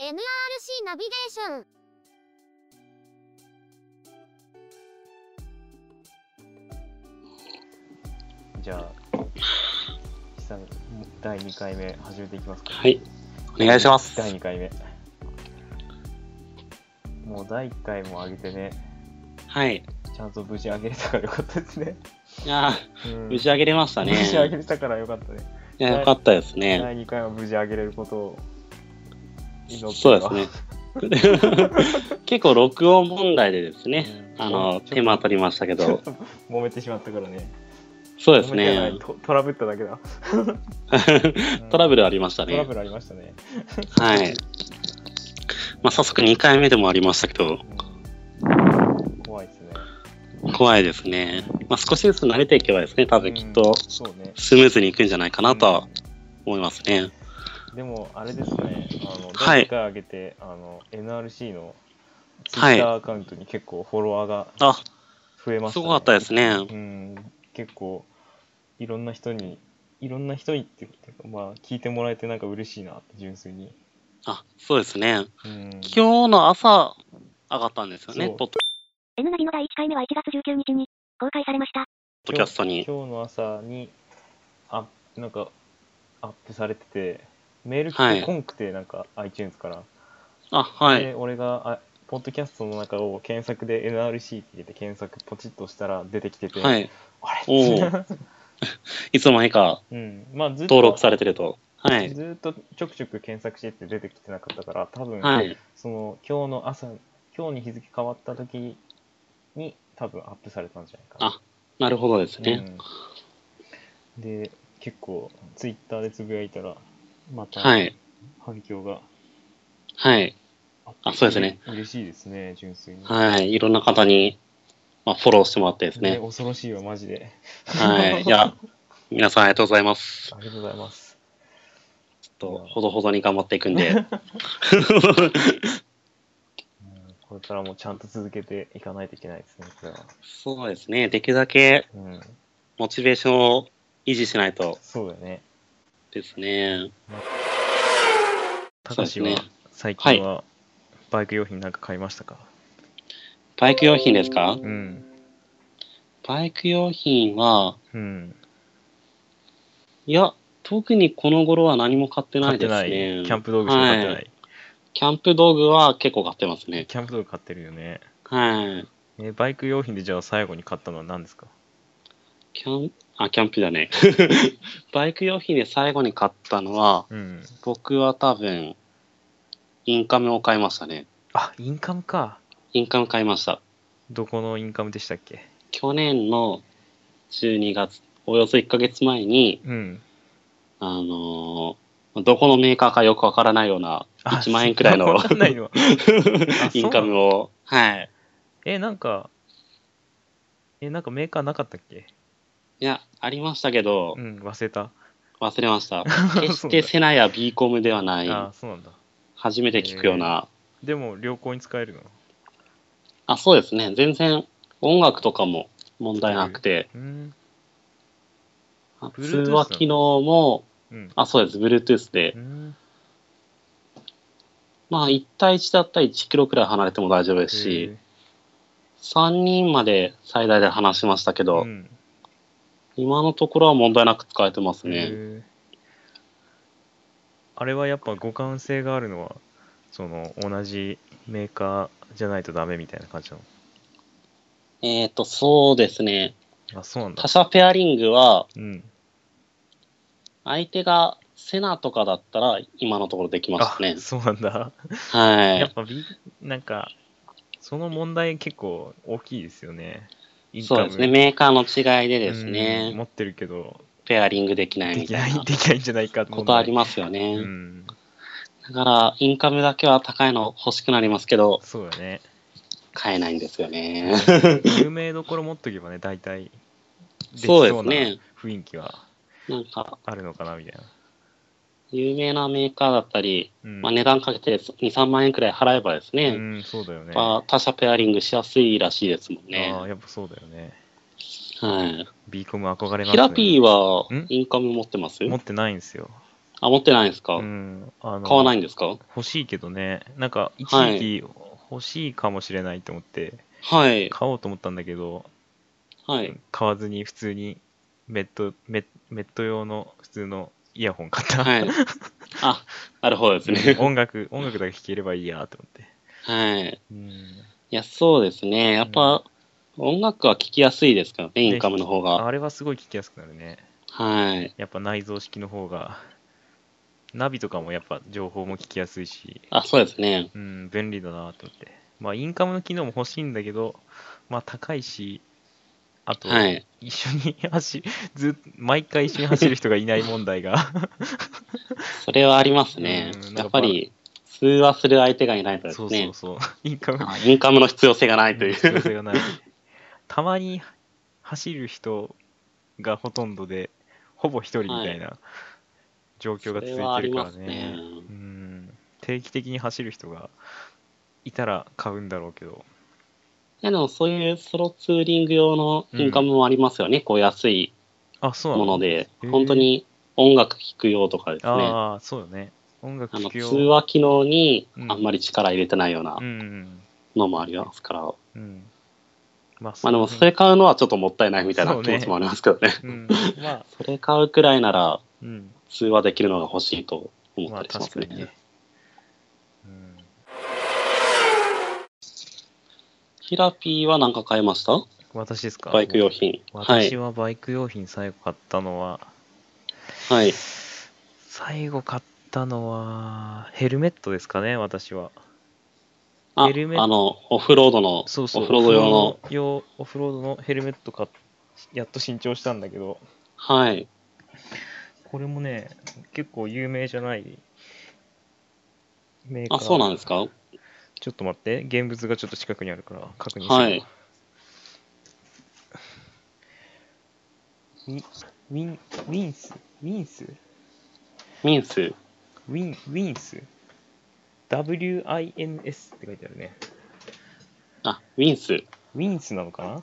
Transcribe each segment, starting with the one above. NRC ナビゲーションじゃあ、岸さん、第2回目始めていきますか。はい。お願いします。第2回目。もう第1回も上げてね、はい。ちゃんと無事上げれたからよかったですね。あうんあ、打ち上げれましたね。無事上げれたからよかったね。いやよかったですね。第2回も無事上げれることを祈ってますそうですね。 結構録音問題でですね、うんあの、手間取りましたけちょっど、と揉めてしまったからね。そうです揉めてはなねい。トトラブっただけだ。トラブル、ルありましたトラねブ。ルありましたね。はい。まあ、早速2回目でもありましたけど、うん怖いですね。怖いですね。まあ、少しずつ慣れていけばですね、多分きっとうんそうね。スムーズにいくんじゃないかなとは思いますね。でも、あれですね、あの、は第い1回上げて、あの、NRC のツイはいッターアカウントに結構フォロワーがあ、増えましすた、ね。ごかったですね。うん、結構、いろんな人に、いろんな人にっていうか、まあ、聞いてもらえてなんか嬉しいなって、純粋に。あ、そうですね。うん。今日の朝、上がったんですよね、そうポッ N ナビの第1回目は1月19日に公開されましたドキャストに。今日の朝に、あ、なんか、アップされてて、メール来はていこんくて、なんか iTunes から。あ、はい。で俺があポッドキャストの中を検索で NRC って入れて検索ポチッとしたら出てきてて、はい。あれおーいつの間にか うんまあずっと登録されてると。はい。ずっとちょくちょく検索してって出てきてなかったから多分、はい。その今日の朝今日に日付変わった時に多分アップされたんじゃないかななるほどですね。うん、で結構ツイッターでつぶやいたらまたはい。反響がはい。あってあそうですね嬉しいですね純粋に、はい。いろんな方に、まあ、フォローしてもらってですねね。恐ろしいわマジで はい。いや、皆さんありがとうございます。ありがとうございます。ちょっと、ほどほどに頑張っていくん で。うんこれからもちゃんと続けていかないといけないですね、これは。そうですね。できるだけうん、モチベーションを維持しないとそうだよね。ですね。たそうかでしすは、ね最近はバイク用品なんか買いましたか、バイク用品ですかうん。バイク用品は、うん。いや、特にこの頃は何も買ってな買っいてですない。ね。キャンプ道具しか買ってない。はキャンプ道具は結構買ってますね。キャンプ道具買ってるよね。はい。えバイク用品でじゃあ最後に買ったのは何ですかキャン、あ、キャンプじ ゃねえ。バイク用品で最後に買ったのは、うん。僕は多分、インカムを買いましたね。あ、インカムか。インカム買いました。どこのインカムでしたっけ去年の12月、およそ1ヶ月前に、うん。あのーどこのメーカーかよくわからないようなあ1万円くらいのわかん ないの。あインカムを、はい。え、なんか、え、なんかメーカーなかったっけいや、ありましたけどう、ん、忘れた。忘れ ました。そう決してセナや B コムではない、あそうなんだ。初めて聞くような、でも良好に使えるのあ、そうですね。全然音楽とかも問題なくて、うん。あ Bluetooth 通話機能も、うん。あ、そうです。Bluetooth でう、んまあ1対1だったら1キロくらい離れても大丈夫ですへし、え3人まで最大で話しましたけど、うん今のところは問題なく使えてますへね。えあれはやっぱ互換性があるのは、その同じメーカーじゃないとダメみたいな感じなえっ、と、そうですね。の。あ、そうなんだ他。社ペアリングは、うん。相手がセナとかだったら今のところできまあすね、。そうなんだ。はやっい。ぱ B、なんか、その問題結構大きいですよね。インカそうムですね。メーカーの違いでですうんね、持ってるけど、ペアリングできないでみきたないい、 なできないんじゃないかってことありますよね。うん。だから、インカムだけは高いの欲しくなりますけど、そうだ ね。買えないんですよね。有名どころ持っとけばね、大体、できそうでそうすな雰ね。囲気はなんか、あるのかなみたいな。有名なメーカーだったり、うん、まあ、値段かけて2、3万円くらい払えばですうね、ん、そうだよね。まあ、他社ペアリングしやすいらしいですもんああ、ね。やっぱそうだよね。はい。ビーコム憧れます、ね。ヒラピーはんインカム持ってます持ってないんですよ。あ、持ってないんですか、うん、あの買わないんですか欲しいけどねなんか一はい時期欲しいかもしれないと思ってはい。買おうと思ったんだけど、はい。買わずに普通にメットメメット用の普通のイヤホン買った、はい。あ、なるほどですね。音楽音楽だけ聴ければいいやと思って、はい。うん、いや、そうですね。やっぱ、音楽は聴きやすいですからね、インカムの方が。あれはすごい聞きやすくなるねはい。やっぱ内蔵式の方がナビとかもやっぱ情報も聞きやすいし、あ、そうですね。うん、便利だなと思ってまあインカムの機能も欲しいんだけどまあ高いしあと、はい。一緒に走 ずっ毎回一緒に走る人がいない問 題がそれはありますねうん。やっぱり、通話する相手がいないとですそうそねう。そうインカムあインカムの必要性がないという。必要性がないたまに走る人がほとんどでほぼ一人みたいな状況が続それはあいてりるかまらすねねうん定期的に走る人がいたら買うんだろうけどいやでもそういうソロツーリング用のインカムもありますよね、こう安いあそうなものので、へー本当に音楽聴く用とかですねあああそうだね音楽聴のく通よ話機能にうんあんまり力入れてないようなうんうんのもありますから、うんうんまあまあでもうそれ買うのはちょっともったいないみたいなそう気ね持ちもありますけどねうんまあそれ買うくらいならうん通話できるのが欲しいと思っまたありしま確すかね,、にね、うん、ヒラピーは何か買いました私ですかバイク用品はい私はバイク用品最後買ったのは、はい最後買ったのはヘルメットですかね私はあヘルメットあのオフロードのそうそうオフロード用のオフロード用オフロードのヘルメット買っやっと新調したんだけどはいこれもね結構有名じゃないメーカーあそうなんですかちょっと待って現物がちょっと近くにあるから確認しようはいウィウィンウィンスウィンスミンスウィン、ウィンス ?WINS って書いてあるね。あウィンスウィンスなのかなっ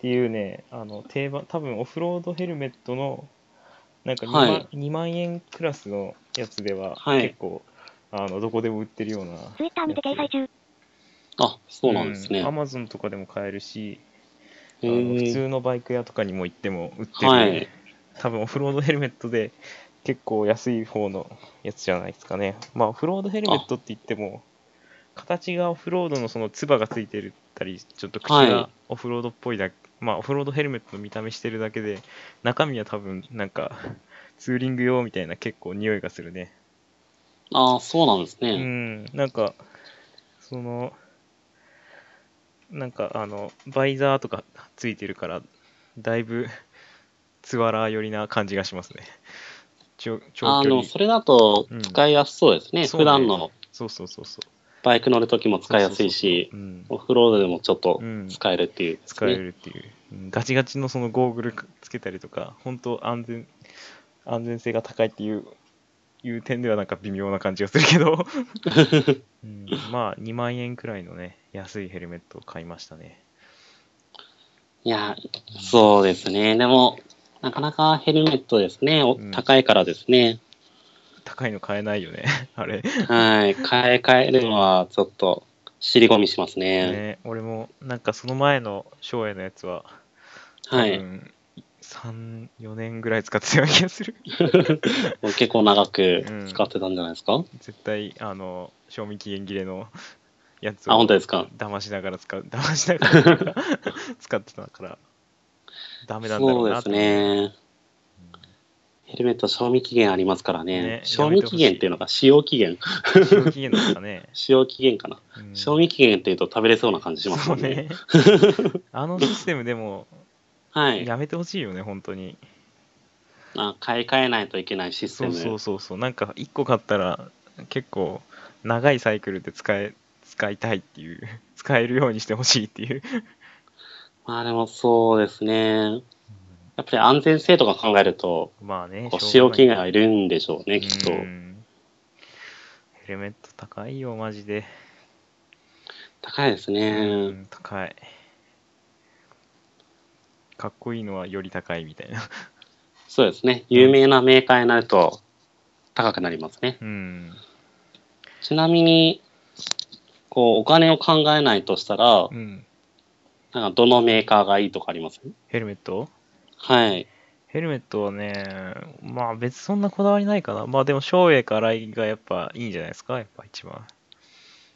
ていうね、あの、定番、多分オフロードヘルメットの、なんか2万,、はい2万円クラスのやつでは、はい結構、あの、どこでも売ってるような。ツイッター見て掲載中。あそうなんですね、アマゾンとかでも買えるし、あへのー普通のバイク屋とかにも行っても売ってる、はい。多分オフロードヘルメットで結構安い方のやつじゃないですかね。まあオフロードヘルメットって言っても、形がオフロードのそのつばがついてるったり、ちょっと口はいがオフロードっぽいだけ、まあオフロードヘルメットの見た目してるだけで、中身は多分なんかツーリング用みたいな結構匂いがするね。ああ、そうなんですうね。ん、なんか、その、なんかあの、バイザーとかついてるから、だいぶ、ツワラー寄りな感じがしますね。長長あ距離の、。それだとうん使いやすそうですね。そうね普段のそうそうそうそバイク乗るときも使いやすいしう。、うん、オフロードでもちょっとうん使えるっていう、使え。るっていう、うんガチガチのそのゴーグル つけたりとか、本当安全、安全性が高いっていう、いう点ではなんか微妙な感じがするけ ど、うん、まあ2万円くらいのね、安いヘルメットを買いましたね。いや、そうですね。でも、なかなかヘルメットですね。おうん高いからですね。高いの買えないよね、 あれ。 はい。買い替えるのはちょっと尻込みしますね。ね、俺も、なんかその前の照英のやつは、は多い。分3、4年ぐらい使ってたような気がする。 結構長くうん使ってたんじゃないですか。絶対、あの、賞味期限切れのやつあ、を本当ですか。騙しながら使う、騙しながらという か使ってたから、ダメなんだろそううなでっすて。ね。ヘルメット賞味期限ありますからね。ね賞味期限っていうのが使用期限。賞味期限ですかね。使用期限かな。うん 賞味期限っていうと食べれそうな感じしますそもうんね。ね。あのシステムでも、 はい。やめてほしいよね、本当に。あ買い替えないといけないシステそム。うそうそうそうなんか1個買ったら結構長いサイクルで使え使いたいっていう 使えるようにしてほしいっていうまあでもそうですね。やっぱり安全性とか考えると、 まあねこう使用期限ががいるんでしょうね、きっと。ヘルメット高いよマジで、高いですうね。ん高いかっこいいのはより高いみたいな そうですね。有名なメーカーになると、高くなりますね。うん。ちなみに、こう、お金を考えないとしたら、うん。なんかどのメーカーがいいとかありますヘルメットはい。ヘルメットはね、まあ別にそんなこだわりないかな。まあでも、照英かライがやっぱいいんじゃないですか、やっぱ一番。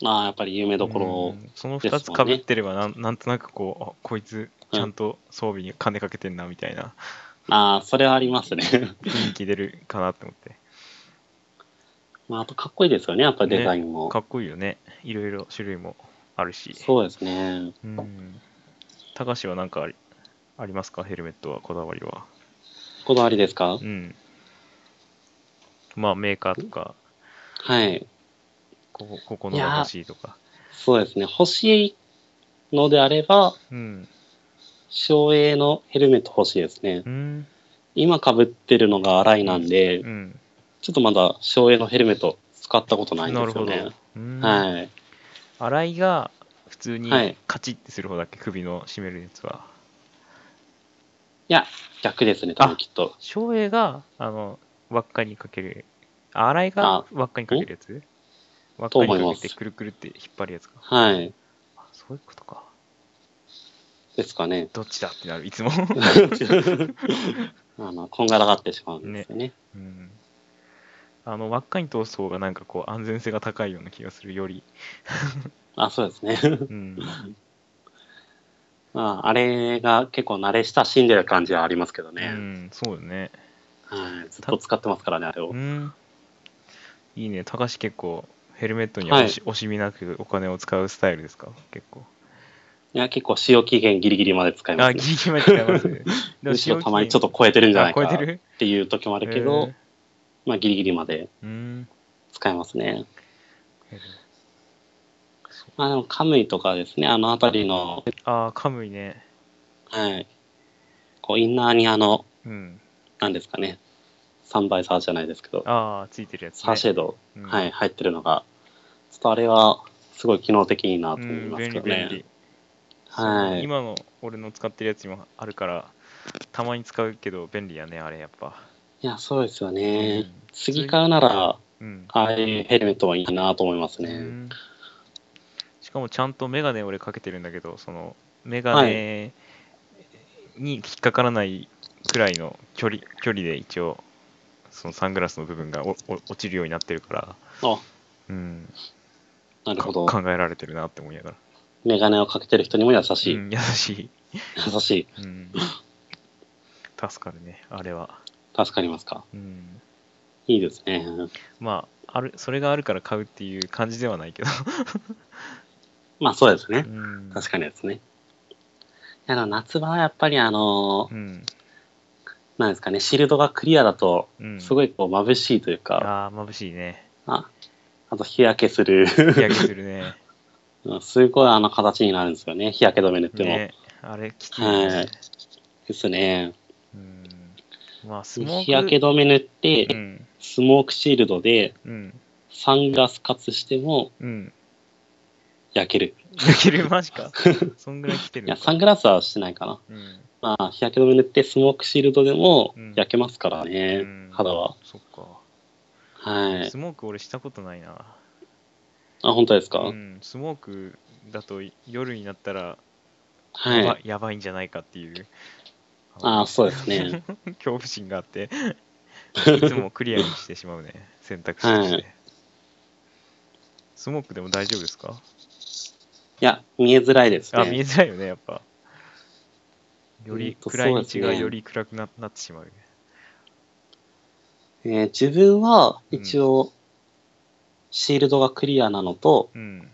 まあ、やっぱり有名どころをうんその2つかぶってればなん、なんとなくこう、あこいつちゃんと装備に金かけてんなみたいなああ、それはありますね。 雰囲気出るかなと思って。まあ、あと、かっこいいですよね。やっぱりデザインも。かっこいいよね。いろいろ種類もあるし。そうですね。うん。高橋は何かありありますかヘルメットはこだわりは。こだわりですかうん。まあメーカーとか、はい。ここここのが欲しいとか。そうですね。欲しいのであれば、うん。省エのヘルメット欲しいですねう。ん。今かぶってるのが荒いなんで、うん。ちょっとまだ省エのヘルメット使ったことないんですよなるほね。うん、はい。洗いが普通にはいカチッてする方だっけ、首の締めるやつは。逆ですね、多あ分きっと。照英が、あの、輪っかにかける。あ洗いがあ輪っかにかけるやつ輪っとかに思いかまけてすくるくるって引っ張るやつか。はい。あそういうことか。です かね。どっちだってなる、いつも。あのこんがらがってしまうんですよね。うんあの輪っかに通す方がなんかこう安全性が高いような気がするより、あ、そうですね。 うん、まあ、あれが結構慣れ親しんでる感じはありますけどうね。んそうよねはい。ずっと使ってますからね、あれをう。んいいね高橋結構ヘルメットには惜し,、惜しみなくお金を使うスタイルですか結構いや、結構使用期限ギリギリまで使いまあす、ギね。リギリまで使いますねで むしろたまにちょっとと超えてるんじゃない超かえてっるていう時もあるけど、まあ、ギリギリまでえーうん使いますね。ヘルまあ、でもカムイとかですね、あの辺りの、あーカムイねはい。こう、インナーにあの、うんなんですかね、3倍差じゃないですけど、ああついてるやつ、ね、サーシェード、うんはい、入ってるのが、ちょっとあれは、すごい機能的いいなうと思いんます便け利ど便ね。利はい今の俺の使ってるやつにもあるからたまに使うけど便利やねあれやっぱ、いや、そうですようね。ん次買うなら、うん、ああいうヘルメットはいいなと思いますうね。んしかもちゃんとメガネ俺かけてるんだけどそのメガネに引っかからないくらいの距離距離で一応そのサングラスの部分がおお落ちるようになってるから、あ、うん、なるかほ考ど。えられてるなって思いながら、メガネをかけてる人にも優うしい。ん、優し優しい。い、うん、助かるねあれは、助かりますか。うん、いいですね。まああるそれがあるから買うっていう感じではないけど、まあ、そうですねう。ん、確かにですね。いやでも夏場はやっぱりあのー、うんなんですかね、シールドがクリアだと、うん、すごいこう眩しいというか、ああ眩しいねああと日焼けする、 日焼けするねうんすごいあの形になるん ですよね、日焼け止め塗っても。ねあれきついね、はいですね。うんまあ、スモーク。日焼け止め塗って、うん。スモークシールドで、うん。サングラスかつしてもうん。焼ける。焼けるマジ か。そんぐらい来てるいや、のサか。ングラスはしてないかな。うん。まあ、日焼け止め塗って、スモークシールドでもうん焼けますからね、うん肌は。そっか。はい。スモーク俺したことないな。あ、本当ですか、うん。スモークだと夜になったらはやいば,、。やばいんじゃないかっていう。ああ、そうですね。恐怖心があ って、いつもクリアにしてしまうね。選択肢として。はいスモークでも大丈夫ですかいや、見えづらいですね。あ、見えづらいよね、やっぱ。ようんりと暗そういで道すねがより暗くななってしまうよね。えー自分はうん一応、シールドがクリアなのと、うん。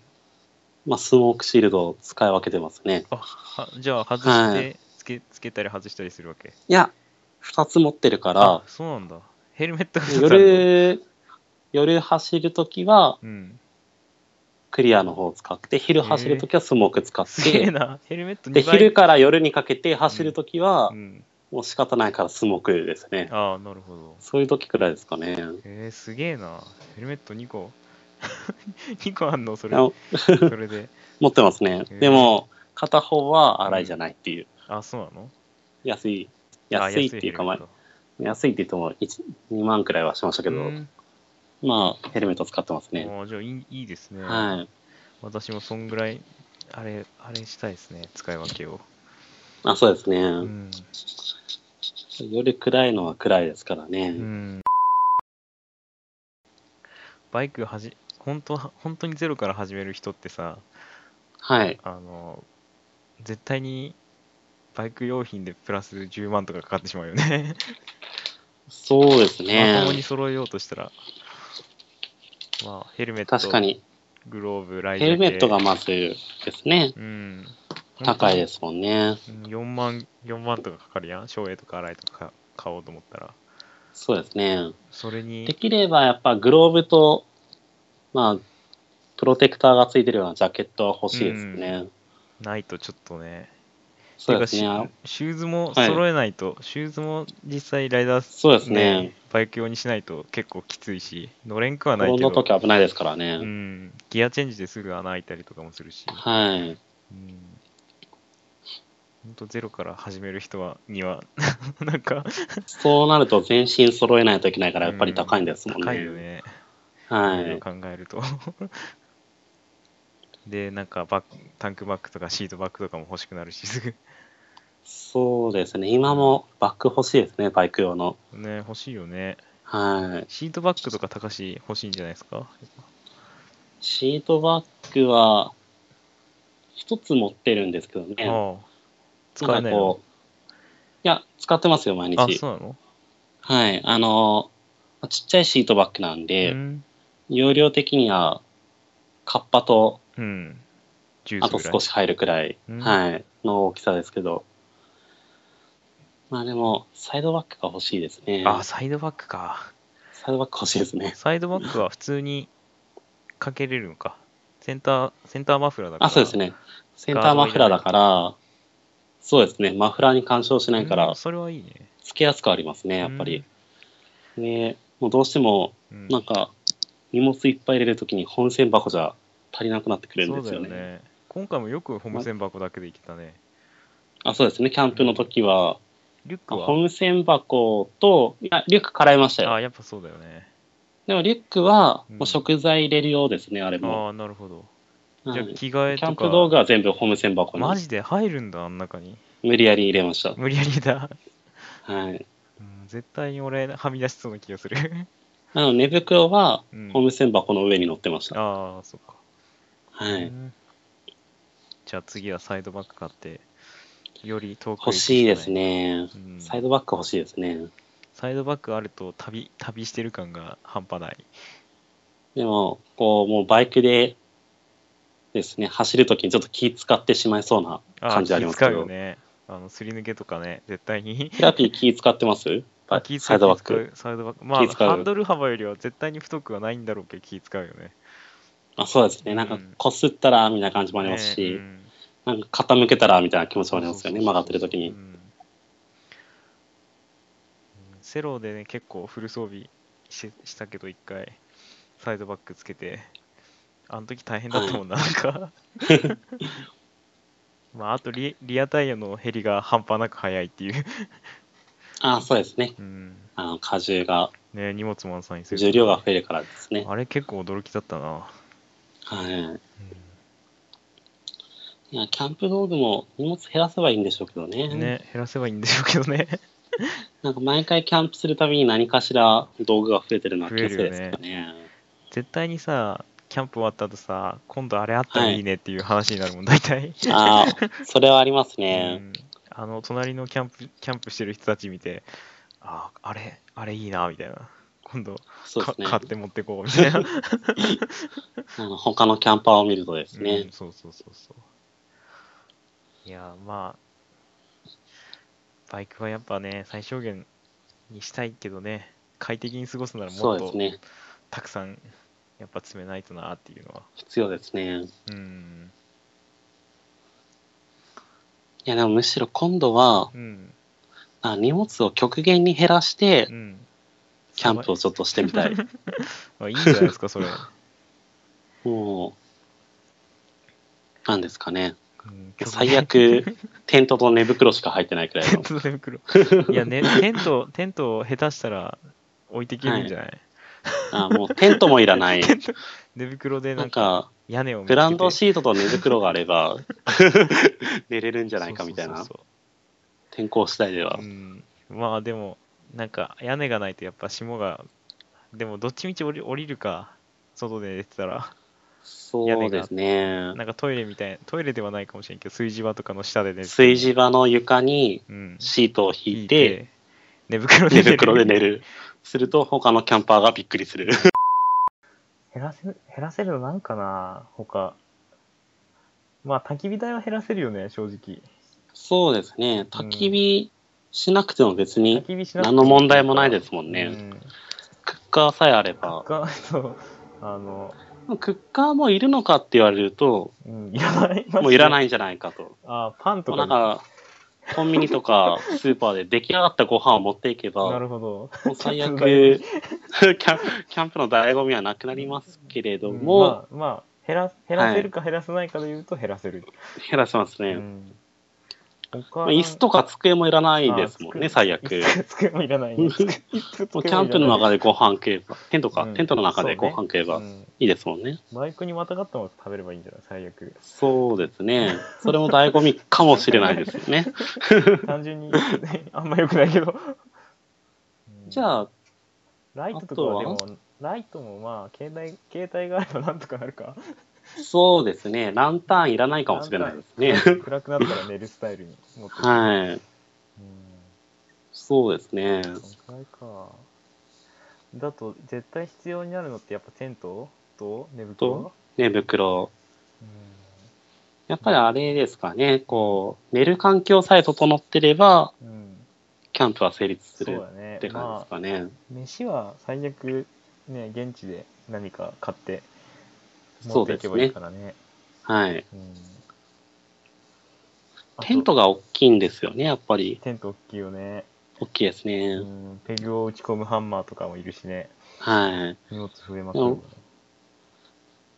まあ、スモークシールドを使い分けてますね。あはじゃあ、外しはてつけ、つけたり外したりするわけ。いや、二つ持ってるからあ、そうなんだ。ヘルメットが2つある夜、夜走るときはの。うん。クリアの方を使って、昼走るときはスモーク使っすげえて、な。ヘルメットで、 2倍。昼から夜にかけて走るときはう、ん。もう仕方ないからスモークですね。ああ、なるほど。そういうときくらいですかね。えー、すげえな。ヘルメット2個。2個あんのそいれやそれで。持ってますね。へえでも、片方は洗いじゃないっていう。あ、そうなの安い。あ 安いっていうか、まあヘルメット安いって言っても1 2万くらいはしましたけど、うんまあ、ヘルメット使ってますね。ああ、じゃあいいいいですね。はい。私もそんぐらい、あれ、あれしたいですね。使い分けを。あ、そうですね。うん。より暗いのは暗いですからうね。ん。バイクはじ、本当は、本当にゼロから始める人ってさ、はい。あの、絶対にバイク用品でプラス10万とかかかってしまうよね。そうですまともねに。揃えようとしたら。まあ、ヘルメット、確かに。グローブ、ライダー。ヘルメットが、まずですね。うん。。高いですすもんね。 4万、4万とかかかるやん。省エとか洗いとか買おうと思ったら。そうですね。それでに、きればやっぱグローブと、まあ、プロテクターがついてるようなジャケットは欲しいですね。ないとちょっとね。そうですてかね。シシューズもはい揃えないと、シューズも実際ライダース、そうですね。バイク用にしないと結構きついし、乗れんくはないこけど。の時危ないですからうね。ん、ギアチェンジですぐ穴開いたりとかもするし、はい。うん、ほんとゼロから始める人はには なんかそうなると全身揃えないといけないからやっぱり高いんですもんね。高いよね、はいろいろい。考えると でなんかバックタンクバッグとかシートバッグとかも欲しくなるしすぐ そうですね。今もバック欲しいですね、バイク用の。ね欲しいよねはい。シートバッグとか高し欲しいんじゃないですかシートバッグは、一つ持ってるんですけどね。ああ使えんなかいこのういや、使ってますよ、毎あ日。そうなのはい、あの、ちっちゃいシートバッグなんうで、ん、容量的には、カッパと、うん、ジューあスとぐらい少し入るくらい、うんはい、の大きさですけど。まあでも、サイドバッグが欲しいですね。あサイドバッグかサイドバッグ欲しいですね。サイドバックは普通にかけれるのか。センター、センターマフラーだから。あ、そうですね。センターマフラーだから、そうですね、マフラーに干渉しう。なんいから、それはいいね。つけやすくありますね、やっぱり。ね、もうどうしても、うん。うんなんか、荷物いっぱい入れるときに本線箱じゃ足りなくなってくれるそんうでだすよよね。ね。今回もよくホームセン箱だけでいけたね。あそうですね、キャンプの時は、リュックホはーム線箱と、いや、リュックからいましたよ。あ、やっぱそうだよね。でもリュックは、うんもう食材入れるようですね、あれも。ああ、なるほど。はじゃあい着替えキャとンプ道か。具は全部ホーム線箱マにジで入るんだ、あん中に。無理やり入れました。無理やりだ。はうい。ん、絶対に俺、はみ出しそうな気がす る。あの、寝袋はうん、ホーム線箱の上に乗ってました。ああ、そっか。はうい。んじゃあ次はサイドバック買って、より遠くへ行欲くかしいですね。ね。うんサイドバッグ欲しいですね。サイドバックあると旅旅してる感が半端ない。でも、こう、もうバイクでですね、走るときにちょっと気使ってしまいそうな感じありますけ気使うどよ。ね。あのすり抜けとかね、絶対に。テラピー気使ってますあ 気使サうイドバッグ。気使うサイドバック。まあ、気使うハンドル幅よりは絶対に太くはないんだろうけど、気使うよね。あそうですね、なんかうんこすったらみたいな感じもありますし、ねうんなんか傾けたらみたいな気持ちもありますよね、そうそうそう曲がってる時うに。んセロでね、結構フル装備ししたけど、一回、サイドバックつけて、あの時大変だったもんな、なんか。 まあ、あとリ、リアタイヤの減りが半端なく速いっていう。あそうですね、うんあの荷重が、ね荷物満載にする重量が増えるからですね。あれ結構驚きだったな、はうい、いやキャンプ道具も荷物減らせばいいんでしょうけどねんね減らせばいいんでしょうけどねなんか毎回キャンプするたびに何かしら道具が増えてるのは気のせいですからね。絶対にさキャンプ終わった後さ今度あれあったらいいねっていう話になるもん大体、ああ、それはありますうね。ん、あの隣のキャンプキャンプしてる人たち見てああれあれいいなみたいな今度そうでかすね。買って持ってこうみたいな、あの他のキャンパーを見るとですうねん、、そうそうそうそういやまあバイクはやっぱね最小限にしたいけどね快適に過ごすならそもうっですとね、たくさんやっぱ詰めないとなっていうのは必要ですね。うんいや、でもむしろ今度は、うんあ荷物を極限に減らしてう、んキャンプをちょっとしてみ たい。あいいんじゃないですか それ、もう、なんですかね。うん最悪、テントと寝袋しか入ってないくらい テンの。 トの手袋いやねテントテントを下手したら置いてけるんじゃない、あもうテントもいらない。 テント寝袋でななんんかか、屋根を見つけてグランドシートと寝袋があれば、 寝れるんじゃないかみたいそうなそう、そう天候次第ではそう。うんまあでもなんか屋根がないとやっぱ霜がでもどっちみち降り降りるか外で寝てたらそうですね。なんかトイレみたいトイレではないかもしれんけど炊事場とかの下で寝て炊事場の床にうんシートを引引いて、寝袋で寝寝る袋で寝る。すると、他のキャンパーがびっくりする。減らせ減らせるのなんかな他まあ焚き火台は減らせるよね正直そうですね。焚き火しなくても別に焚き火しなくて何の問題もないですもんうね。んクッカーさえあれば。他そうあのクッカーもいるのかって言われると、うんいらないもういらないいんじゃないかと。あパンともうかなんか、コンビニ とかスーパーで出来上がったご飯を持っていけなば、るほどもう 最悪、ちょっとキ醍ャンキャンプの醍醐味はなくなりますけれども、うんまあ、まあ、減ら減らせるか減らせないかで言うと減らせる、減らしますうね。んま他あ椅子とか机もいらないですもんあね、最悪。机机もいらないね、 もうキもうキャンプの中ででご飯食えば、テントか、うんテントの中でご飯そう食えばいいですもんね。バイクにまたがったもの食べればいいんじゃない最悪そうですね。それも醍醐味かもしれないですよね。 単純 にあんま良くないけどじゃあ、ライトとかはでもあライトもまあ携帯携帯があればなんとかなるかそうですね。ランタンいらないかもしれないですね。暗くなったら寝るスタイルに持っていくはい。うんそうですね。そんくらいかだと絶対必要になるのってやっぱテントと寝袋と寝袋。やっぱりあれですかね。こう、寝る環境さえ整ってれば、うん、うん、キャンプは成立すそうるだねって感じでますあかね。飯は最悪ね現地で何か買って持そっうていでけすばいいねか。らねはい。うんあとテントが大きいんですよね、やっぱり。テント大きいよね、大きいですうね。ん、ペグを打ち込むハンマーとかもいるしねはい。荷物増えまくるよね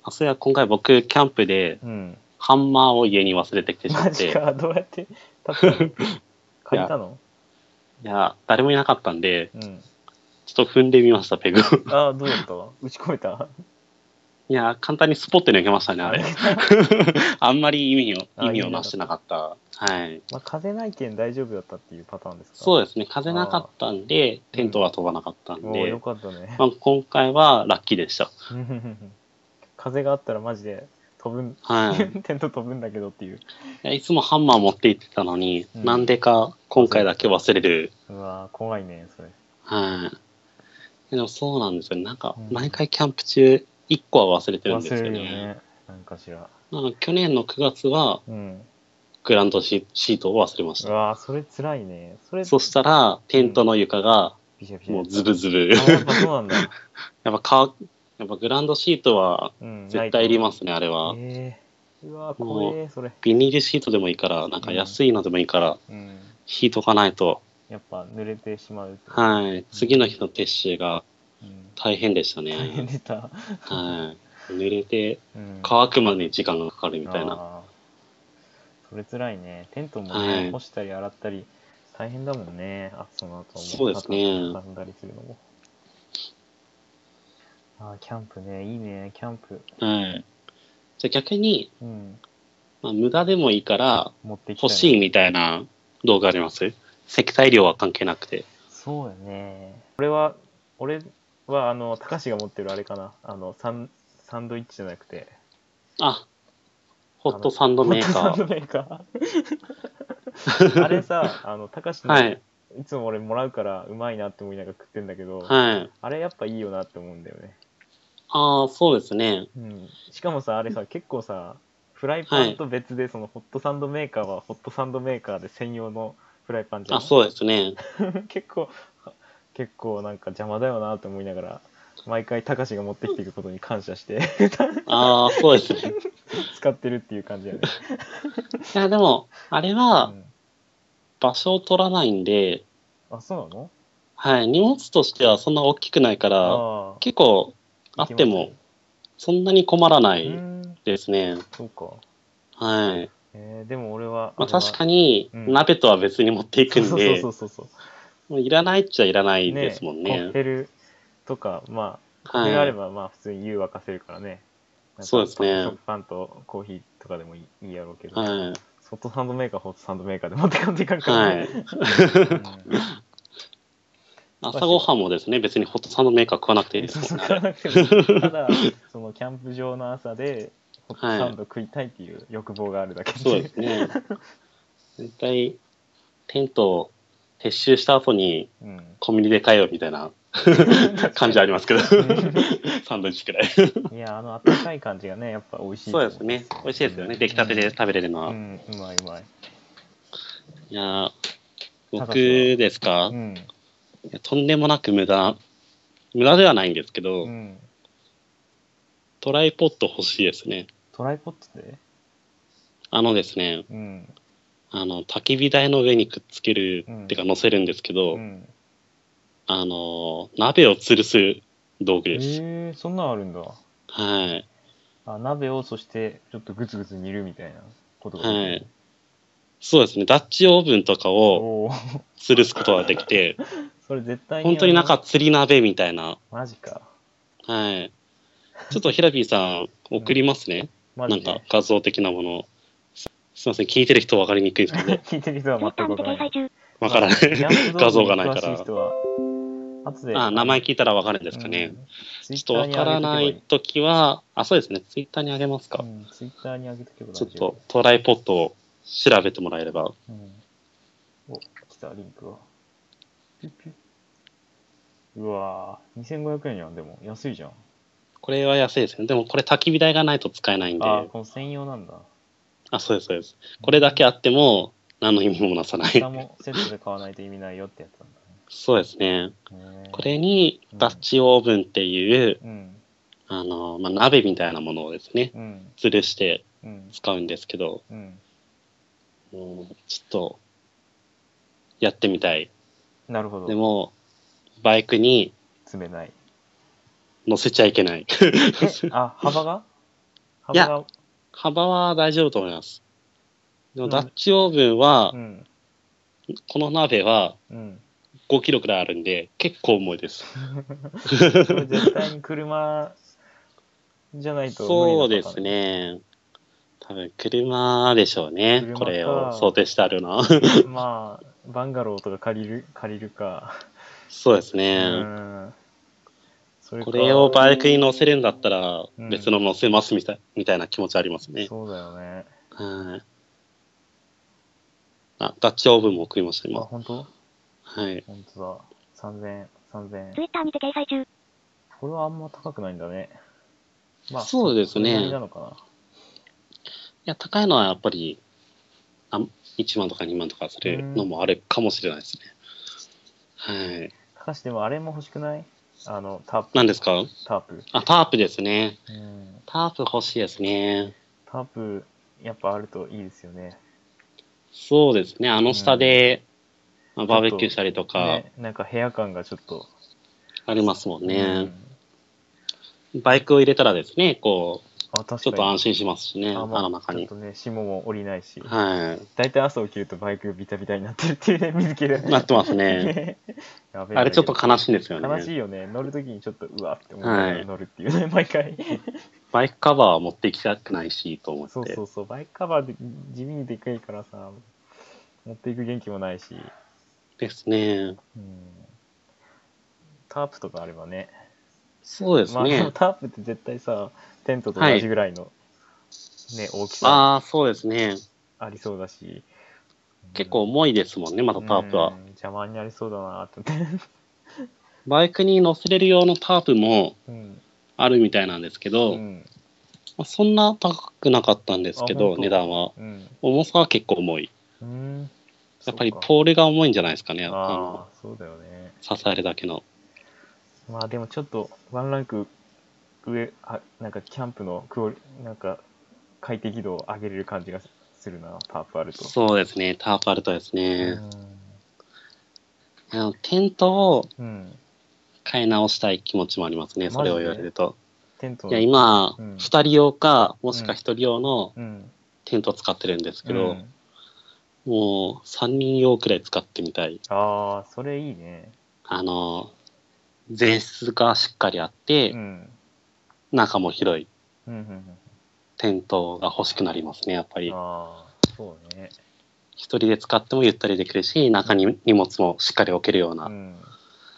あ、それは今回僕、キャンプでうんハンマーを家に忘れてきてしまマっジて、いかどうやって立 ったの借りたのや、誰もいなかったんで、うんちょっと踏んでみました、ペグを。ああどうだった打ち込めたいや、簡単にスポッて抜けましたね、あ れ。あんまり意味あを、意味をなしてなかった。はい。まあ、風ないけん大丈夫だったっていうパターンですかそううですね、風なかったんで、テントは飛ばなかったんおーでよ、かったねまあ、今回はラッキーでした。 風があったらマジで飛ぶん はい。いテント飛ぶんだけどっていうやいつもハンマー持って行ってたのに、うんなんでか今回だけ忘れる。うわー怖いねそれはい。でもそうなんですよね。なんかうん、毎回キャンプ中、1個は忘れてるん忘ですれよるよね。ねなんかしらなんか去年の9月は、うんグランドシシートを忘れましうた。わーそれ辛いねそれそしたら、テントの床が、ピシャピシャもうズブズ ブ。あやっぱそうなんだ、やっぱか、やっぱグランドシートはうん、 絶対いりますすね、あれは。えー、うわー怖えーそれビニールシートでもいいから、なんか安いのでもいいから、うん引いとかないと、やっぱ濡れてしまうはい、次の日の撤収がい、うん、大変でした大変 ね。でした、はい。濡れて、うん、乾くまでに時間がかかるみたいな。あーそれ辛いねテントもね、はい干したり洗ったり大変だもんねあその後もそうですね畳んだりするのもあーキャンプねいいねキャンプはい。じゃあ逆に、うんまあ、無駄でもいいから、持ってきた欲しいいみたいな動画あります積載量は関係なくて。そうよね俺は俺はあの高志が持ってるあれかなあのサンサンドイッチじゃなくてあ、ホットサンドメーホットカサンー。ドメーカ ーあれさあの高志の、はい。い、つも俺もらうからうまいなって思いながら食ってんだけど、はい。あれやっぱいいよなって思うんだよね。ああ、そうですね。うん、しかもさ、あれさ、結構さ、フライパンと別で、そのホットサンドメーカーはホットサンドメーカーで専用のフライパンじゃん。あ、そうですね。 結構、結構なんか邪魔だよなって思いながら、毎回たかしが持ってきていくことに感謝して ああ、そうですね。使ってるっていう感じだよね。いや、でも、あれうはん場所を取らないんで、あ、そうなのはい、荷物としてはそんな大きくないから、あ結構ああっても。そんなに困らなういん、ですね。そうか。はい。えーでも俺は。まあ確かにに、うん鍋とは別に持っていくんでそう、そうそうそうそう。もういらないっちゃいらないですもんコッね。ペルとか、まあ、そはれがあれい。ば、まあ、普通に湯沸かせるからね。なんかそうですねパンパンとコーヒーとかでもいいいいやろうけど、はホットサンドメーカー、ホットサンドメーカーで持って帰っていかんい。からはね。い。うん朝ごはんもですね、別にホットサンドメーカー食わなくていいでそすうもそう買んね。わなくてもただそのキャンプ場の朝でホットサンド食いたいっていう欲望があるだけで、そうですね。絶対、テントを撤収した後にうん、コンビニで買えよみたいな 感じありますけど、サンドイッチくらい。いやあの温かい感じがねやっぱ美味しいとそう思ですね。美味しいですよね。出来たてで食べれるのは。うん、うまいうまい、いやー高僕さですか、ういんやとんでもなく無駄無駄ではないんですけど、うん、トライポッド欲しいですねトライポッドであのですねうんあの焚き火台の上にくっつける、うんってか乗せるんですけど、うんあのー鍋を吊るす道具えです、ー、そんなんあるんだはいあ鍋をそしてちょっとグツグツ煮るみたいなことがはいそうですねダッチオーブンとかをおー 吊るすことができてそれ絶対本当になんあか釣り鍋みたいなのマジかはいちょっとヒラピーさん送りますね、マなジんでか画像的なものすすいません聞いてる人分かりにくいですけ ど聞いてる人はツイ全ッターくにわてか掲らな載い中。わからないキャンプ道具に画像がないから詳し人は後で あ名前聞いたらわかるんですかね。うん、ちょっとわからないときは、あ、そうですね。ツイッターにあげますか。ツイッターに上げとけば大ち丈ょっ夫。とトライポッドを調べてもらえれば。うん、お、来た、リンクが。ピュッピュッうわぁ、2500円やん、でも。安いじゃん。これは安いですね。でもこれ焚き火台がないと使えないんで。あー、あこの専用なんだ。そうです、そうです。これだけあっても、何の意味もなさない。下もセットで買わないと意味ないよってやつなそうですね。んだね。ねこれに、ダッチオーブンっていう、うん、あの、まあ、鍋みたいなものをですね、うん、吊るしてうん、使うんですけど、うん。うんちょっと、やってみたい。なるほど。でも、バイクに詰めない。乗せちゃいけ ない。え、あ、幅が いや幅が、幅は大丈夫と思います。でもうんダッチオーブンは、うん、この鍋はうん。 5キロくらいあるんで、結構重いです。これ絶対に車じゃないとそう無理でなパタすーン。ね。多分車でしょうね。車かこれを想定してあるな。まあ、バンガローとか借りる、借りるか。 そうですうね。ん。そかこれをバイクに乗せるんだったらうん別の乗せますみたいみたいな気持ちありますね。そうだよね。はい。あ、ダッチオーブンも送りました、あ、今。本当はい。本当だ。3000、3000ツイッターにて掲載中。これはあんま高くないんだね。まあ、そうですねそれなりなのかな。いや、高いのはやっぱり、あ1万とか2万とかするのもあるかもしれないですね。はい。高橋でもあれも欲しくないあの、タープ。何ですかタープ。あ、タープですね。うん。タープ欲しいですね。タープ、やっぱあるといいですよね。そうですね。あの下で、まあちょっとバーベキューしたりとかね、なんか部屋感がちょっと。ありますもんうね。んバイクを入れたらですね、こあ、確かう、に。ちょっと安心しますしね、あまの中にちょ。っとね、霜も降りないし。は大体朝起きるとバイクビタビタになってるってい うね、水切れい。な ってますね。ねやべえあれちょっと悲しいんですよ悲しね。いよね。乗るときにちょっとうわって思いながはらい乗るっていうね、毎回。バイクカバーは持って行きたくないし、と思って。そうそうそう、バイクカバーで地味にでっかいからさ、持っていく元気もないし、ですね。うん、タープとかあればね。そうですまあでもね。タープって絶対さ、テントと同じぐらいの、ね、大きさああ、そうですね。ありそうだし。結構重いですもんね、まだタープうはん。邪魔になりそうだなって思って。 バイクに乗せれる用のタープもうん。あるみたいなんですけうど、まん。あ、そんな高くなかったんですけあ本ど、当値段は。うん。重さは結構重い。うんやっぱりそうかポールが重いんじゃないですかね、ああのあ、そうだよね。支えるだけの。まあでもちょっとワンランク上、あなんかキャンプのクオリ、なんか快適度を上げれる感じがするな、パープあると。そうですね、タープあるとですうね。ん。あのテントをうん。買い直したい気持ちもありますね、それを言われると。テントいの。や、今、うん2人用か、もしくは1人用のうん。テントを使ってるんですけうど、んもう3人用くらい使ってみたい。ああ、それいいね。あの、前室がしっかりあって、うん。中も広いうんうんうん。テントが欲しくなりますねやっぱりああ、そうね。一人で使ってもゆったりできるし中に荷物もしっかり置けるような、うん。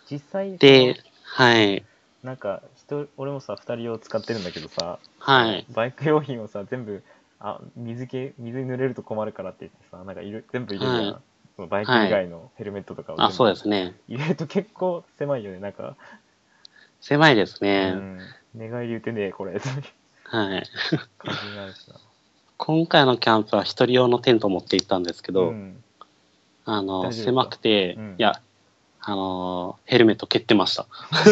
実際、ではいなんか人、俺もさ、2人用使ってるんだけどさ、はいバイク用品をさ、全部、あ水系水に濡れると困るからって言ってさ、なんかいる全部入れるじゃん。はそのバイク以外のヘルメットとかをあそう全ですね部入れると結構狭いよね、なんか。狭いですうね、ん。寝返り打てねえ、これ。というはい感じになるしな。今回のキャンプは一人用のテントを持って行ったんですけど、ん。あの大丈夫ですか狭くて、うんいやあのヘルメット蹴ってました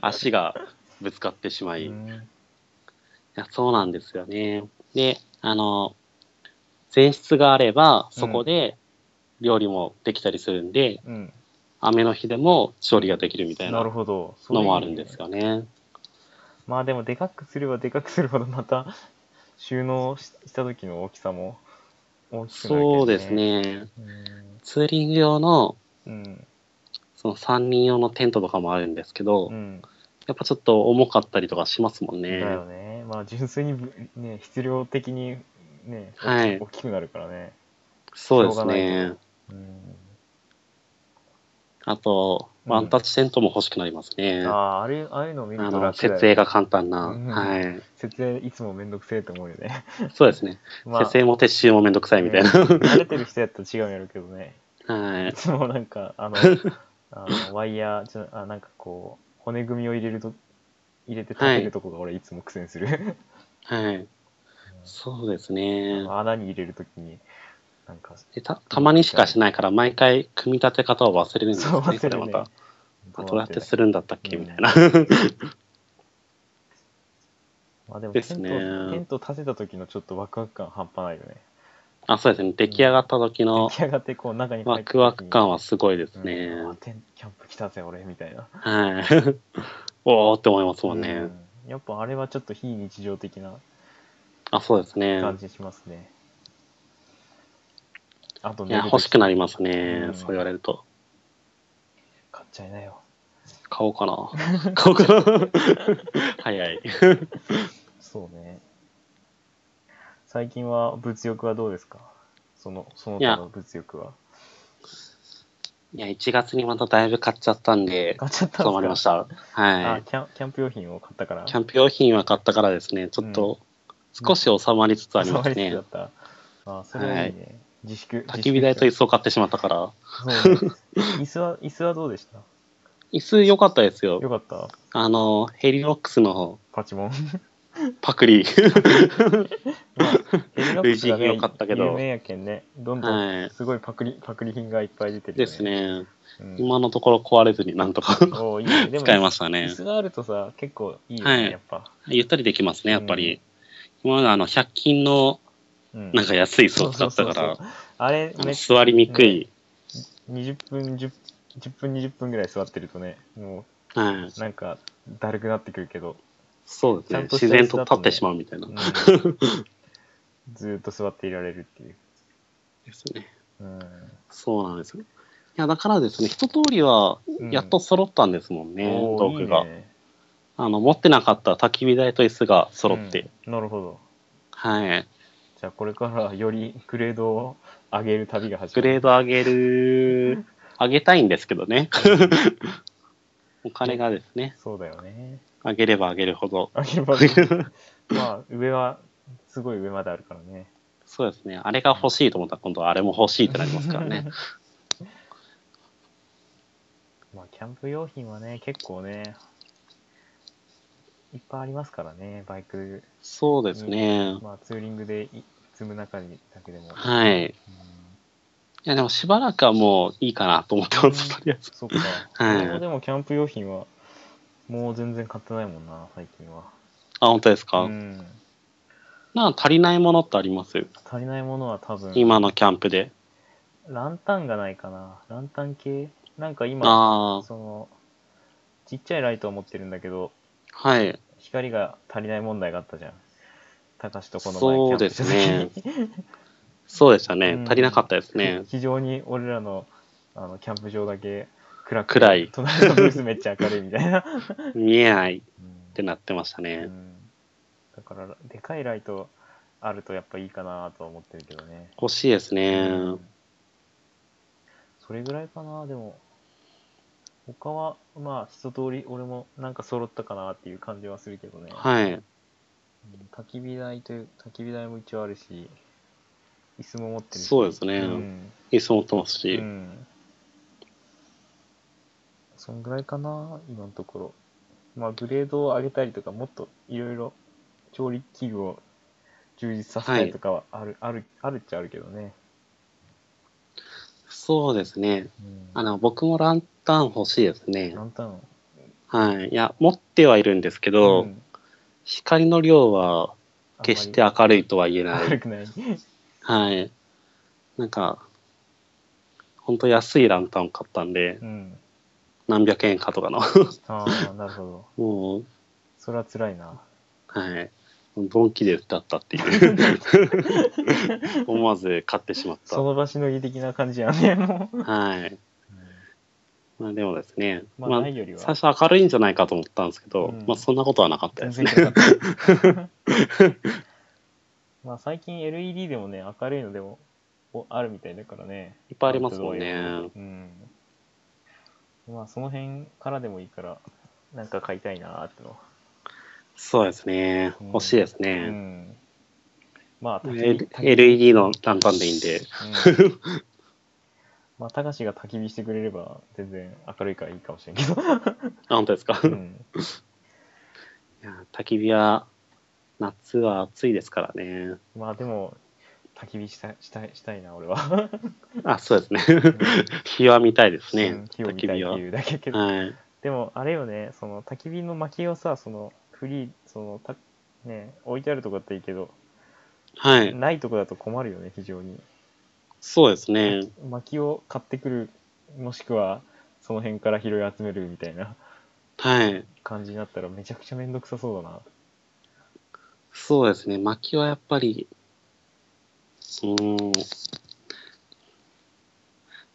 足がぶつかってしまい,、ういんやそうなんですよねであの前室があればそこで料理もできたりするんで、うん。雨の日でも調理ができるみたいななるほど。それいのいねもあるんですよねまあでもでかくすればでかくするほどまた収納しした時の大きさも大きくなるけどそうです。ねうんツーリング用のうん。その3人用のテントとかもあるんですけど、うん。やっぱちょっと重かったりとかしますもんね。だよね。まあ純粋にぶね、質量的にね、はい大きくなるからね。そうでしょすうがないね。うん、あと、うんワンタッチテントも欲しくなりますね。ああ、あれ、ああいうの見あるとの、楽だよ設営が簡単な。うんはい。設営いつもめんどくせえと思うよ ね。そうですね。 まあ、設営も撤収もめんどくさいみたいな。ね慣れてる人やったら違うんやろうけど ね。はいい。つもなんか、 あの、あのワイヤー、ちょあなんかこう、骨組みを入れると、入れて立てるとこが俺いつも苦戦する。はい。そうで すね。穴に入れるときに、なんか、でたたまにしかしないから、毎回組み立て方を忘れるんですそようね、忘これれるまね。た。あ本ど当うだやっねてするんだったっけうんみたいな。まあでもテンでト、すねテント立てた時のちょっとワクワク感半端ないよね。 あ、そうですね。出来上がった時 出の来上がってこう中に入ワってきた時クにワク感はすごいですね。うんあテンキャンプ来たぜ俺みたいな。はい。 おーって思いますもんね。うんやっぱあれはちょっと非日常的なあ、そうですね。感じしますね。あとい寝や、る欲し時くなりますね、うんそう言われると。買っちゃいなよ。買おうか な。買おうかな。早い。そうね。最近は物欲はどうですかその、そのいや他の物欲は。いや、1月にまただいぶ買っちゃったんで、買っちゃったんですか止まりました。はあい。キャン、キャンプ用品を買ったから。キャンプ用品は買ったからですね、ちょっと少し収まりつつあり ますね。収まりつつだった。あ、それはいいね。自粛。焚き火台と椅子。子を買ってしまったから。そうね椅子は、椅子はどうでした椅子良かったですよ。よかったあの、ヘリロックスのパチモン。パ クリ。ヘリロックスがね類似品を買ったけど有名やけんね。どんどん、はい。すごいパクリ、パクリ品がいっぱい出てる、ね。です。ね。うん、今のところ壊れずになんとかおーいいね。でも、使いました椅ね。子があるとさ、結構いいよね、はいやっぱ。ゆったりできますね、やっぱうんり。今まであの、100均のうんなんか安い装置だったかそうらそう、そうあれあのめっ座りにくい。 20分 10, 10分20分ぐらい座ってるとねもはい。うなんかだるくなってくるけど、そうですちゃね。んとした自然と立ってしまうみたいなう。んずーっと座っていられるっていう、ですね。うんそうなんですよ。いや、だからですね、一通りは、うんやっと揃ったんですもんね、おー道具いがいねあの、持ってなかった焚き火台と椅子が揃って、うんなるほどはい。じゃあこれからよりグレードを上げる旅が始まグレーるド上 げる、上げたいんですけどね。お金がですね、そうだよね上げれば上げるほど。上げればまあ上はすごい上まであるからねそうですね、あれが欲しいと思ったら、今度はあれも欲しいってなりますからね。まあキャンプ用品はね結構ねいっぱいありますからねバイクそうですね。まあ、ツーリングでい積む中にだけでも、はい。いうんや、でもしばらくはもういいかなと思ってます、とりあえず。そっか、はい俺もでもキャンプ用品はもう全然買ってないもんな最近はあ、本当ですか、うんなんか足りないものってあります足りないものは多分今のキャンプで。ランタンがないかなランタン系なんか今あそのちっちゃいライトを持ってるんだけどあ、はい。光が足りない問題があったじゃんたかしとこのそ前うキャンでプしたす時ねに。そうでしたねう。ん 。足りなかったですね非常に俺らのあのキャンプ場だけ暗くて暗い隣のブースめっちゃ明るいみたい な。見えないっうんてなってましたうね。んだから、でかいライトあるとやっぱいいかなとは思ってるけどね。欲しいですね。それぐらいかな、でも。他は、まあ、一通り俺もなんか揃ったかなっていう感じはするけどね。はい。うん焚き火台という、焚き火台も一応あるし、椅子も持ってるし。そうですね。うん椅子持ってますうし。ん。そんぐらいかな、今のところ。まあ、グレードを上げたりとか、もっといろいろ調理器具を充実させたりとかはある、ある、あるっちゃあるけどね。そうですね。うん、あの、僕もランタン欲しいですねラ。ンタン。はい。いや、持ってはいるんですけど、うん光の量は決して明るいとは言えあんまりない。悪くない。はい。なんか、ほんと安いランタンを買ったんで、うん。何百円かと かの。ああ、なるほど。もう、それは辛いな。はい。ドンキでだったっ ていう。思わず買ってしまっその場しのぎ的な感じやね、もう。た。はい。まあでもですね、ままあ、あ、ないよりは。最初明るいんじゃないかと思ったんですけど、うんまあそんなことはなかった全です然良ね。かっ た。まあ最近 LED でもね、明るいのでもおあるみたいだからね。いっぱいありますもんね。うん。まあその辺からでもいいから、なんか買いたいなーってのは。そうですねうん。欲しいですうね。ん。まあ、 L- 焚き火 LED のランタンでいいんで、うんまあ、たかしが焚き火してくれれば、全然明るいからいいかもしれんけど。あ、本当ですか。ういん。や焚き火は、夏は暑いですからね。まあでも、焚き火したしたいしたいな、俺は。あ、そうですね。 うん火は見たいですうねん。火を焚見きたい火っはてい。うだけやけど。はい。でもあれよねその焚き火の薪をさそのフリーそのたね置いてあるとこだったらいいけどはい。ないとこだと困るよね非常にそうですね。薪を買ってくるもしくはその辺から拾い集めるみたいなはい。感じになったらめちゃくちゃめんどくさそうだなそうですね。薪はやっぱり、うー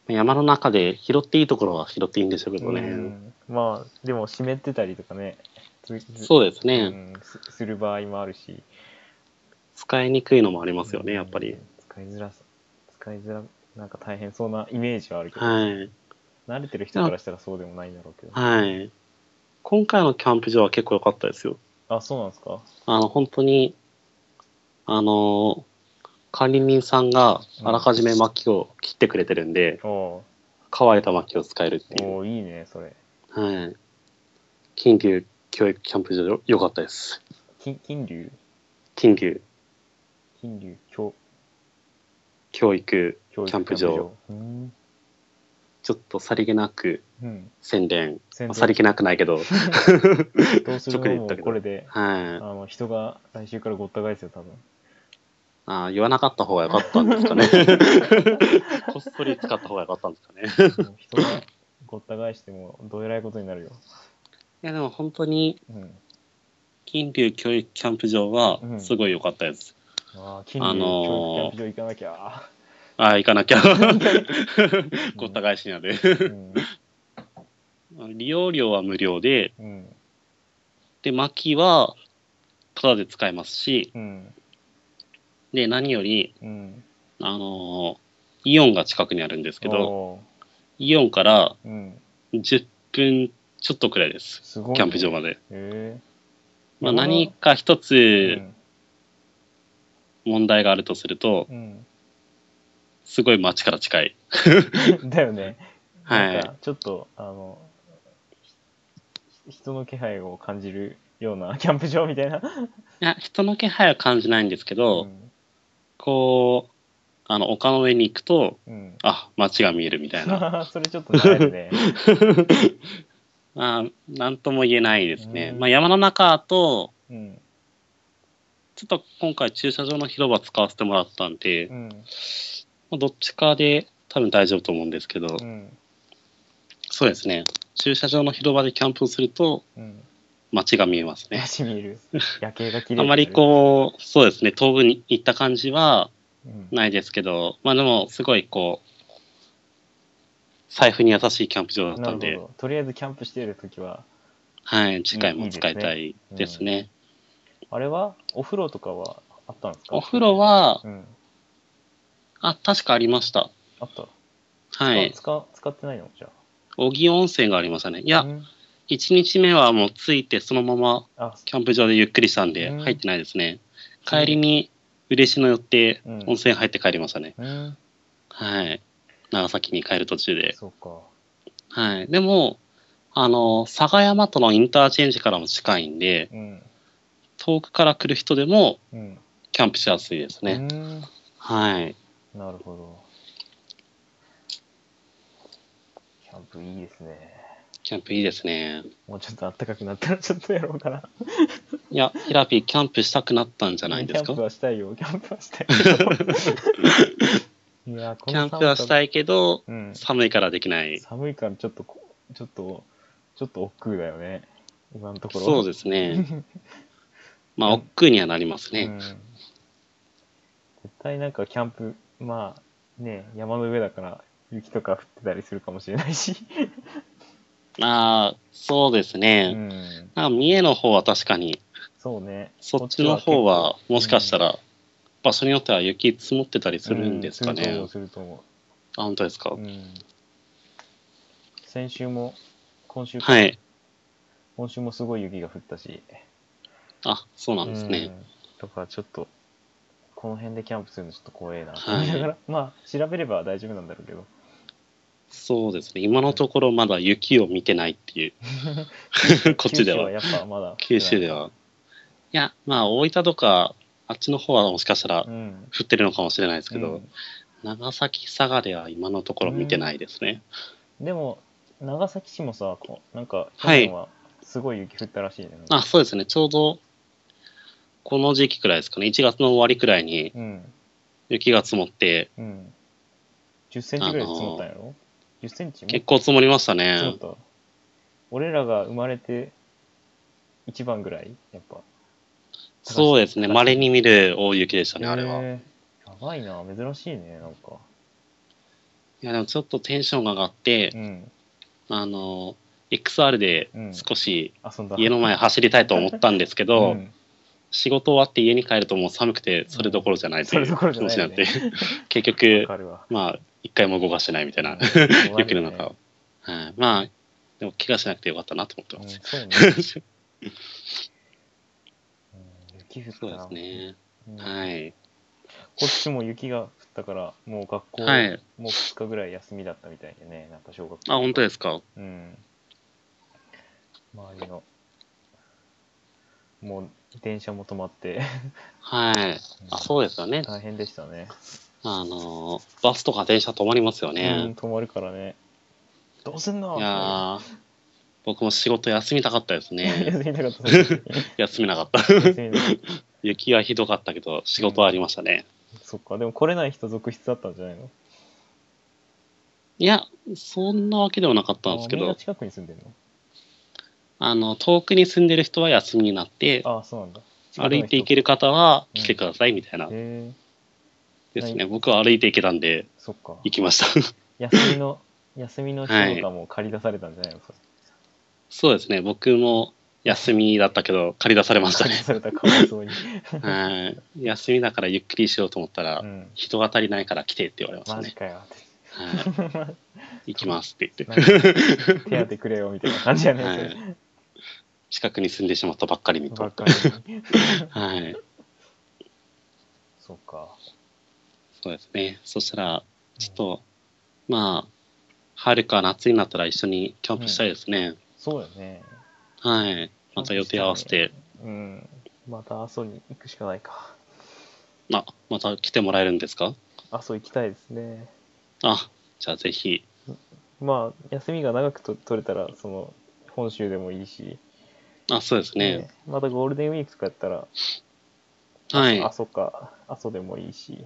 ん。山の中で拾っていいところは拾っていいんでしょうけどね。うんまあでも湿ってたりとかねずずそうですね、うんすする場合もあるし使いにくいのもありますよね、やっぱうりん。使いづらさ使いづらなんか大変そうなイメージはあるけど、はい。慣れてる人からしたらそうでもないんだろうけどはい。今回のキャンプ場は結構良かったですよ。あそうなんですかあの、本当に、あの、管理人さんがあらかじめ薪を切ってくれてるんで、おう乾いた薪を使えるっていう。おーいいねそれはい。金龍教育キャンプ場良かったです。金金龍金龍金龍教教育教育キャンプ場うん、ちょっとさりげなくうん、宣伝宣伝さりげなくないけどどうする直での言もっうたけどこれであはいの人が来週からごった返すよ多分 あー言わなかった方が良かったんですかね こっそり使った方が良かったんですかねもう人がごった返してもどえらいことになるよ、いやでも本当にうん、金龍教育キャンプ場はうんすごい良かったです、あー金龍あの教ー育キャンプ場行かなきゃ、ああ行かなき ゃごった返しなでうん利用料は無料でうんで薪はタダで使えますしうんで何よりうんあのーイオンが近くにあるんですけどおイオンからーうん10分ちょっとくらいです。すごいねキャンプ場まで。へまあ、なるほど何か一えつ問題があるとするとう、んすごい街から近い。うん、だよねはいなんかちょっとあのひ人の気配を感じるようなキャンプ場みたいな、いや、人の気配は感じないんですけど、うんこう、あの、丘の上に行くと、うん、あ、街が見えるみ たいな。それちょっと悩むね。まあ、なんとも言えないですね。うんまあ、山の中と、うん。ちょっと今回駐車場の広場使わせてもらったんでう、ん。まあどっちかで多分大丈夫と思うんですけど、うん。そうですね。駐車場の広場でキャンプをすると、うん。街が見えますねヤ。シ見える。夜景が綺麗あまりこう、そうですね、東部に行った感じはう、うん、ないですけど、まあでも、すごいこう、財布に優しいキャンプ場だったんなるで、ほど。とりあえずキャンプしているときは、はい、次回も使いたいですね。あれはお風呂とかはあったんですかお風呂は、うん。あ、確かありました。あった。はい。使使ってないのじゃ小木温泉がありましたね。いあ。やう、ん1日目はもう着いて、そのままあ、キャンプ場でゆっくりしたんうで、ん入ってないですね。帰りに、嬉野寄って、うん温泉入って帰りましたね。うん。はい。長崎に帰る途中で。そうか。はい。でも、あの、佐賀山とのインターチェンジからも近いんで、うん。遠くから来る人でも、うん。キャンプしやすいですね。うんはい。なるほど。キャンプいいですね。キャンプいいですね。もうちょっと暖かくなったら ちょっとやろうかな。いや、ヒラピー、キャンプしたくなったんじキゃないですャかンプはしたいよ。キャンプは したいよ。いや、こキの寒ャンさプはしたいけど、うん。寒いからできない。寒いからちょっとこ、ちょっと、ちょっと億劫だよね。今のところ。そうでで すね。まあ、億劫にはなりますうね。ん、絶対なんかキャンプ、まあ、ね、山の上だから雪とか降ってたりするかもしれないし。ああ、そうですうね。ん。なんか三重の方は確かに、そうね。そっちの方は、もしかしたら、ら、場所によっては雪積もってたりするんですかうねん。すると思う、あ、本当ですすかると思う。うん。先週も、今週かはい。今週もすごい雪が降ったし。あ、そうなんですうね。ん。だからちょっと、この辺でキャンプするのちょっと怖えな。はいだから、まあ、調べれば大丈夫なんだろうけど。そうですね。今のところまだ雪を見てないっていう。 こっちでは。九州やっぱまだ。九州では。いや、まあ、大分とか、あっちの方はもしかしたらうん。降ってるのかもしれないですけど、うん長崎佐賀では今のところ見てないですね。でも、長崎市もさ、こうなんか、去はい年はすごい雪降ったらしいね。あ、そうですね。ちょうど、この時期くらいですかね。1月の終わりくらいにうん。雪が積もって、うん。10センチぐらい積もったんやろ ?10 センチも結構積もりました積もっね。た。俺らが生まれて一番ぐらいやっぱ。そうですね。稀に見る大雪でしたね、あれへは。えやばいな、珍しいね、なんか。いや、でもちょっとテンションが上がってう、ん。あの、XR でうん少し遊んだ。家の前走りたいと思ったんですけど、うん仕事終わって家に帰るともう寒くてそれどころじゃないというそれどころ気じゃない持ちになよねって 結わ局かる わ。まあ一回も動かしてないみたいなうん雪の中を、はい、まあでも怪我しなくてよかったなと思ってうん、ます、そうね。 うん雪降ったそうなですねうんはいこっちも雪が降ったから、もう学校、はいもう2日ぐらい休みだったみたいでね、なんか小学校。あ本当ですかうん。周りの、もう電車も止まって、はいあそうですよね大変でしたね。あのバスとか電車止まりますようん、ね、止まるからね。どうすんのいやー僕も仕事休みたかったですね 休みたかったです。休めなかった休みなかっ雪はひどかったけど仕事はありましたね、た そっか、でも来れない人続出だったんじゃないのいやそんなわけではなかったんですけあみんなど近くに住んでるのあの遠くに住んでる人は休みになってああ、そうなんだ。歩いて行ける。る方は来てくださいみたいなへえですはね。僕は歩いて行けたんでそっか。行きました。 休みの、休みの日とかも借り出されたんじゃないの、それそうですね。僕も休みだったけど借り出されました借り出ね。されたかわ いそうに。はい。休みだからゆっくりしようと思ったら、うん。人が足りないから来てって言われましたマジね。かよって。 はい。行きますって言なっんて。か手当てくれよみたいな感じじゃない はですい。近くに住んでしまったばっかりにばとっ。かりに。はい。そっか。そうですね。そしたら、ちょっと、まあ、春か夏になったら一緒にキャンプしたいですね。そうよね。はい。また予定合わせて。うん。また阿蘇に行くしかないか。まあ、また来てもらえるんですか阿蘇行きたいですね。あ、じゃあぜひ。まあ、休みが長くと取れたら、その、本州でもいいし、あ、そうですね。またゴールデンウィークとかやったら、はい阿。蘇か、阿蘇でもいいし、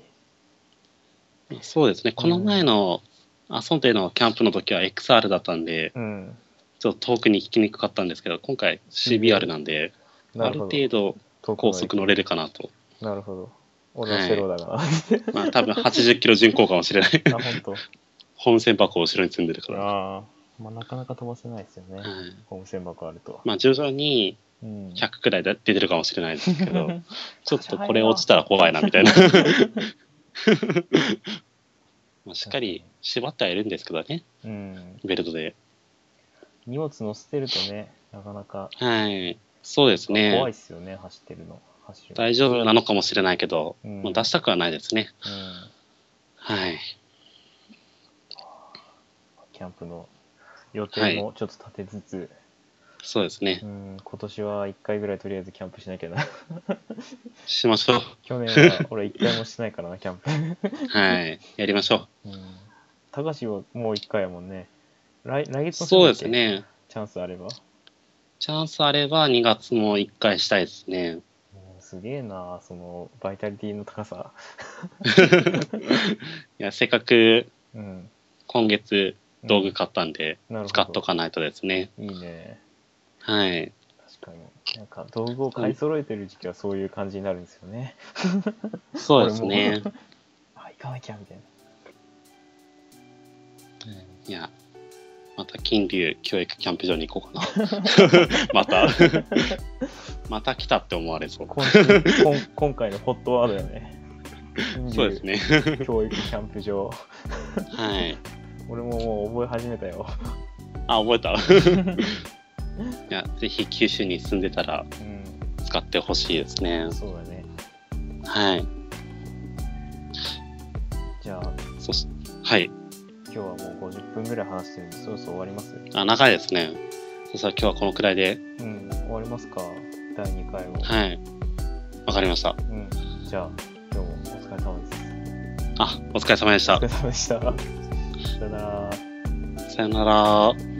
そうですね。この前の、あ、そんでのキャンプの時は XR だったんで、うん。ちょっと遠くに行きにくかったんですけど、今回 CBR なんで、あなるるほど。程度度高速乗れるかなと。なるほど。俺はセロだから。 まあ、多分80キロ巡航かもしれない。 あ、本当。本船箱を後ろに積んでるから。ああ、まあ、なかなか飛ばせないですよね。はいホーム船箱あると。まあ、徐々にうん、 100くらい出てるかもしれないですけ どちょっとこれは落ちたら怖いな みたいなまあしっかり縛ってはいるんですけどねうん、ベルトで荷物乗せてるとね、なかなかはいそうです怖いねっすよね、走ってるの。走る大丈夫なのかもしれないけど、うんまあ、出したくはないですねうん、はいキャンプの予定もちょっと立てつつ、そうですねうん、今年は1回ぐらいとりあえずキャンプしなき ゃな。しましょう去年は俺1回もしてないからな、キャンプ。 はいやりましょうん。高橋はもう1回やもんね。来来う月のそうです。ねチャンスあれば。チャンスあれば2月も1回したいですうねんすげえな、そのバイタリティの高さ。いやせっかくうん。今月道具買ったんでなるほど使っとかないとですねいいね。はい確かに。なんか道具を買い揃えてる時期はそういう感じになるんですよね。そうですね。あ、行かなきゃみたいな。いや、また金龍教育キャンプ場に行こうかな。また、また来たって思われそう。今週こん今 回のホットワードよ ね。そうですね。金龍教育キャンプ場。はい。俺ももう覚え始めたよ。あ、覚えた。いや、ぜひ九州に住んでたらう使ってほしいですねん、。そうだね。はい。じゃあ、そし、はい。今日はもう50分ぐらい話してるんで、そろそろ終わります。あ、長いですね。そしたら今日はこのくらいで。うん、終わりますか。第2回を。はい。わかりました。うん、じゃあ、今日もお疲れ様です。あ、お疲れ様でしおた 疲れ。様でした。さよなら。さよなら。